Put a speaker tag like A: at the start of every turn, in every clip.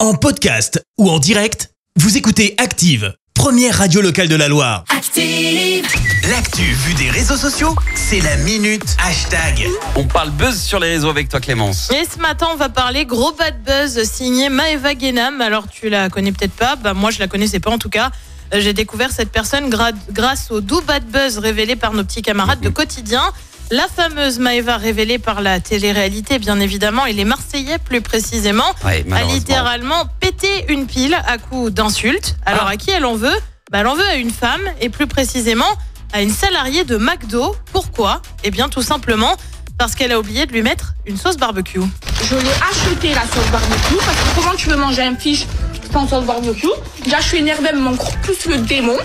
A: En podcast ou en direct, vous écoutez Active, première radio locale de la Loire.
B: Active.
C: L'actu vue des réseaux sociaux, c'est la minute hashtag.
D: On parle buzz sur les réseaux avec toi Clémence.
E: Et ce matin, on va parler gros bad buzz signé Maeva Guénam. Alors, tu la connais peut-être pas. Bah, moi, je la connaissais pas en tout cas. Euh, J'ai découvert cette personne gra- grâce au doux bad buzz révélé par nos petits camarades de quotidien. La fameuse Maeva révélée par la télé-réalité, bien évidemment, et les Marseillais plus précisément,
D: Ouais,
E: a
D: malheureusement.
E: littéralement pété une pile à coups d'insultes. Alors,
D: Ah.
E: à qui elle en veut bah, Elle en veut à une femme, et plus précisément à une salariée de McDo. Pourquoi Eh bien, tout simplement parce qu'elle a oublié de lui mettre une sauce barbecue. Eh
F: Je l'ai acheté la sauce barbecue parce que comment tu veux manger un fish sans sauce barbecue Déjà, je suis énervée, elle manque plus le démon.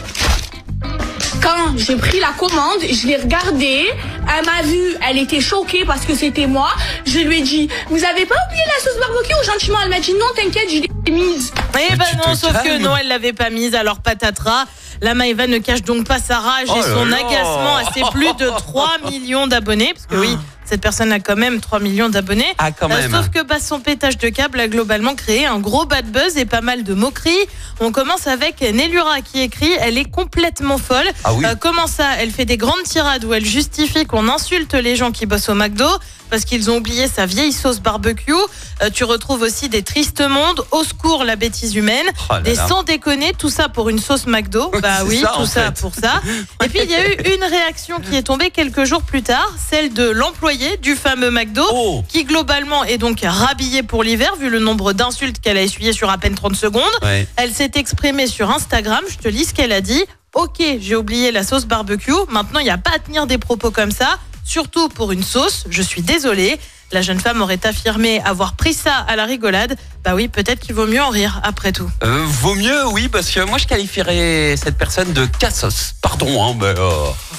F: Quand j'ai pris la commande, je l'ai regardée, elle m'a vue, elle était choquée parce que c'était moi. Je lui ai dit, vous avez pas oublié la sauce barbecue Gentiment, elle m'a dit, non, t'inquiète, je l'ai mise.
E: Eh
D: Mais
E: ben
D: tu te
E: non, sauf que
D: calmes.
E: non, elle l'avait pas mise, alors patatras. La Maëva ne cache donc pas sa rage
D: Oh
E: et
D: là
E: son
D: là.
E: agacement à ses plus de 3 millions d'abonnés, parce que oui, cette personne a quand même 3 millions d'abonnés.
D: Ah quand
E: Euh,
D: même.
E: Sauf que bah, son pétage de câble a globalement créé un gros bad buzz et pas mal de moqueries. On commence avec Nellura qui écrit Elle est complètement folle.
D: Ah oui.
E: Euh, comment ça Elle fait des grandes tirades où elle justifie qu'on insulte les gens qui bossent au McDo parce qu'ils ont oublié sa vieille sauce barbecue. Euh, tu retrouves aussi des tristes mondes, au secours la bêtise humaine.
D: Oh là
E: Des
D: là.
E: sans déconner, tout ça pour une sauce McDo. Bah
D: C'est
E: oui,
D: ça, en
E: tout ça
D: fait.
E: pour ça. Et puis il y a eu une réaction qui est tombée quelques jours plus tard, celle de l'employé du fameux McDo
D: Oh.
E: qui globalement est donc rhabillée pour l'hiver vu le nombre d'insultes qu'elle a essuyées sur à peine 30 secondes.
D: Ouais.
E: Elle s'est exprimée sur Instagram, je te lis ce qu'elle a dit. Ok, j'ai oublié la sauce barbecue, maintenant il n'y a pas à tenir des propos comme ça, surtout pour une sauce, je suis désolée. La jeune femme aurait affirmé avoir pris ça à la rigolade. Bah oui, peut-être qu'il vaut mieux en rire après tout.
D: Euh, vaut mieux oui parce que moi je qualifierais cette personne de cassos. Pardon hein, mais euh,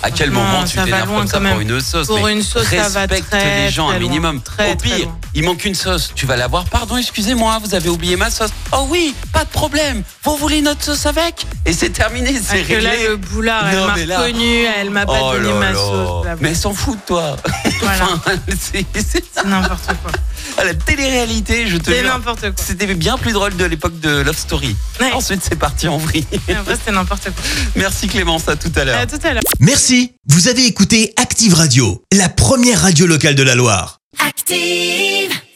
D: à quel
E: Non,
D: moment tu
E: Ah, ça va
D: t'énerves
E: loin
D: comme ça
E: quand
D: pour
E: même.
D: une sauce
E: Pour
D: mais
E: une sauce, ça va
D: respecte
E: très,
D: les gens
E: très
D: un
E: loin.
D: minimum.
E: Très,
D: Au
E: très
D: pire,
E: loin.
D: il manque une sauce, tu vas l'avoir. Pardon, excusez-moi, vous avez oublié ma sauce. Oh oui, pas de problème. Vous voulez notre sauce avec Et c'est terminé, c'est
E: Ah, que là,
D: réglé.
E: le boulard,
D: Non, mais
E: elle
D: là-
E: m'a reconnue, elle m'a pas
D: Oh
E: donné
D: là
E: ma
D: là.
E: sauce. Bah,
D: Mais elle s'en fout de toi.
E: Voilà.
D: Enfin, c'est- c'est ça.
E: C'est n'importe quoi.
D: À la télé-réalité, je te
E: C'est
D: jure.
E: n'importe quoi.
D: C'était bien plus drôle de l'époque de Love Story.
E: Ouais.
D: Ensuite, c'est parti en vrille.
E: En vrai, c'est n'importe quoi.
D: Merci Clémence, à tout à l'heure.
E: À tout à l'heure.
A: Merci, vous avez écouté Active Radio, la première radio locale de la Loire.
B: Active.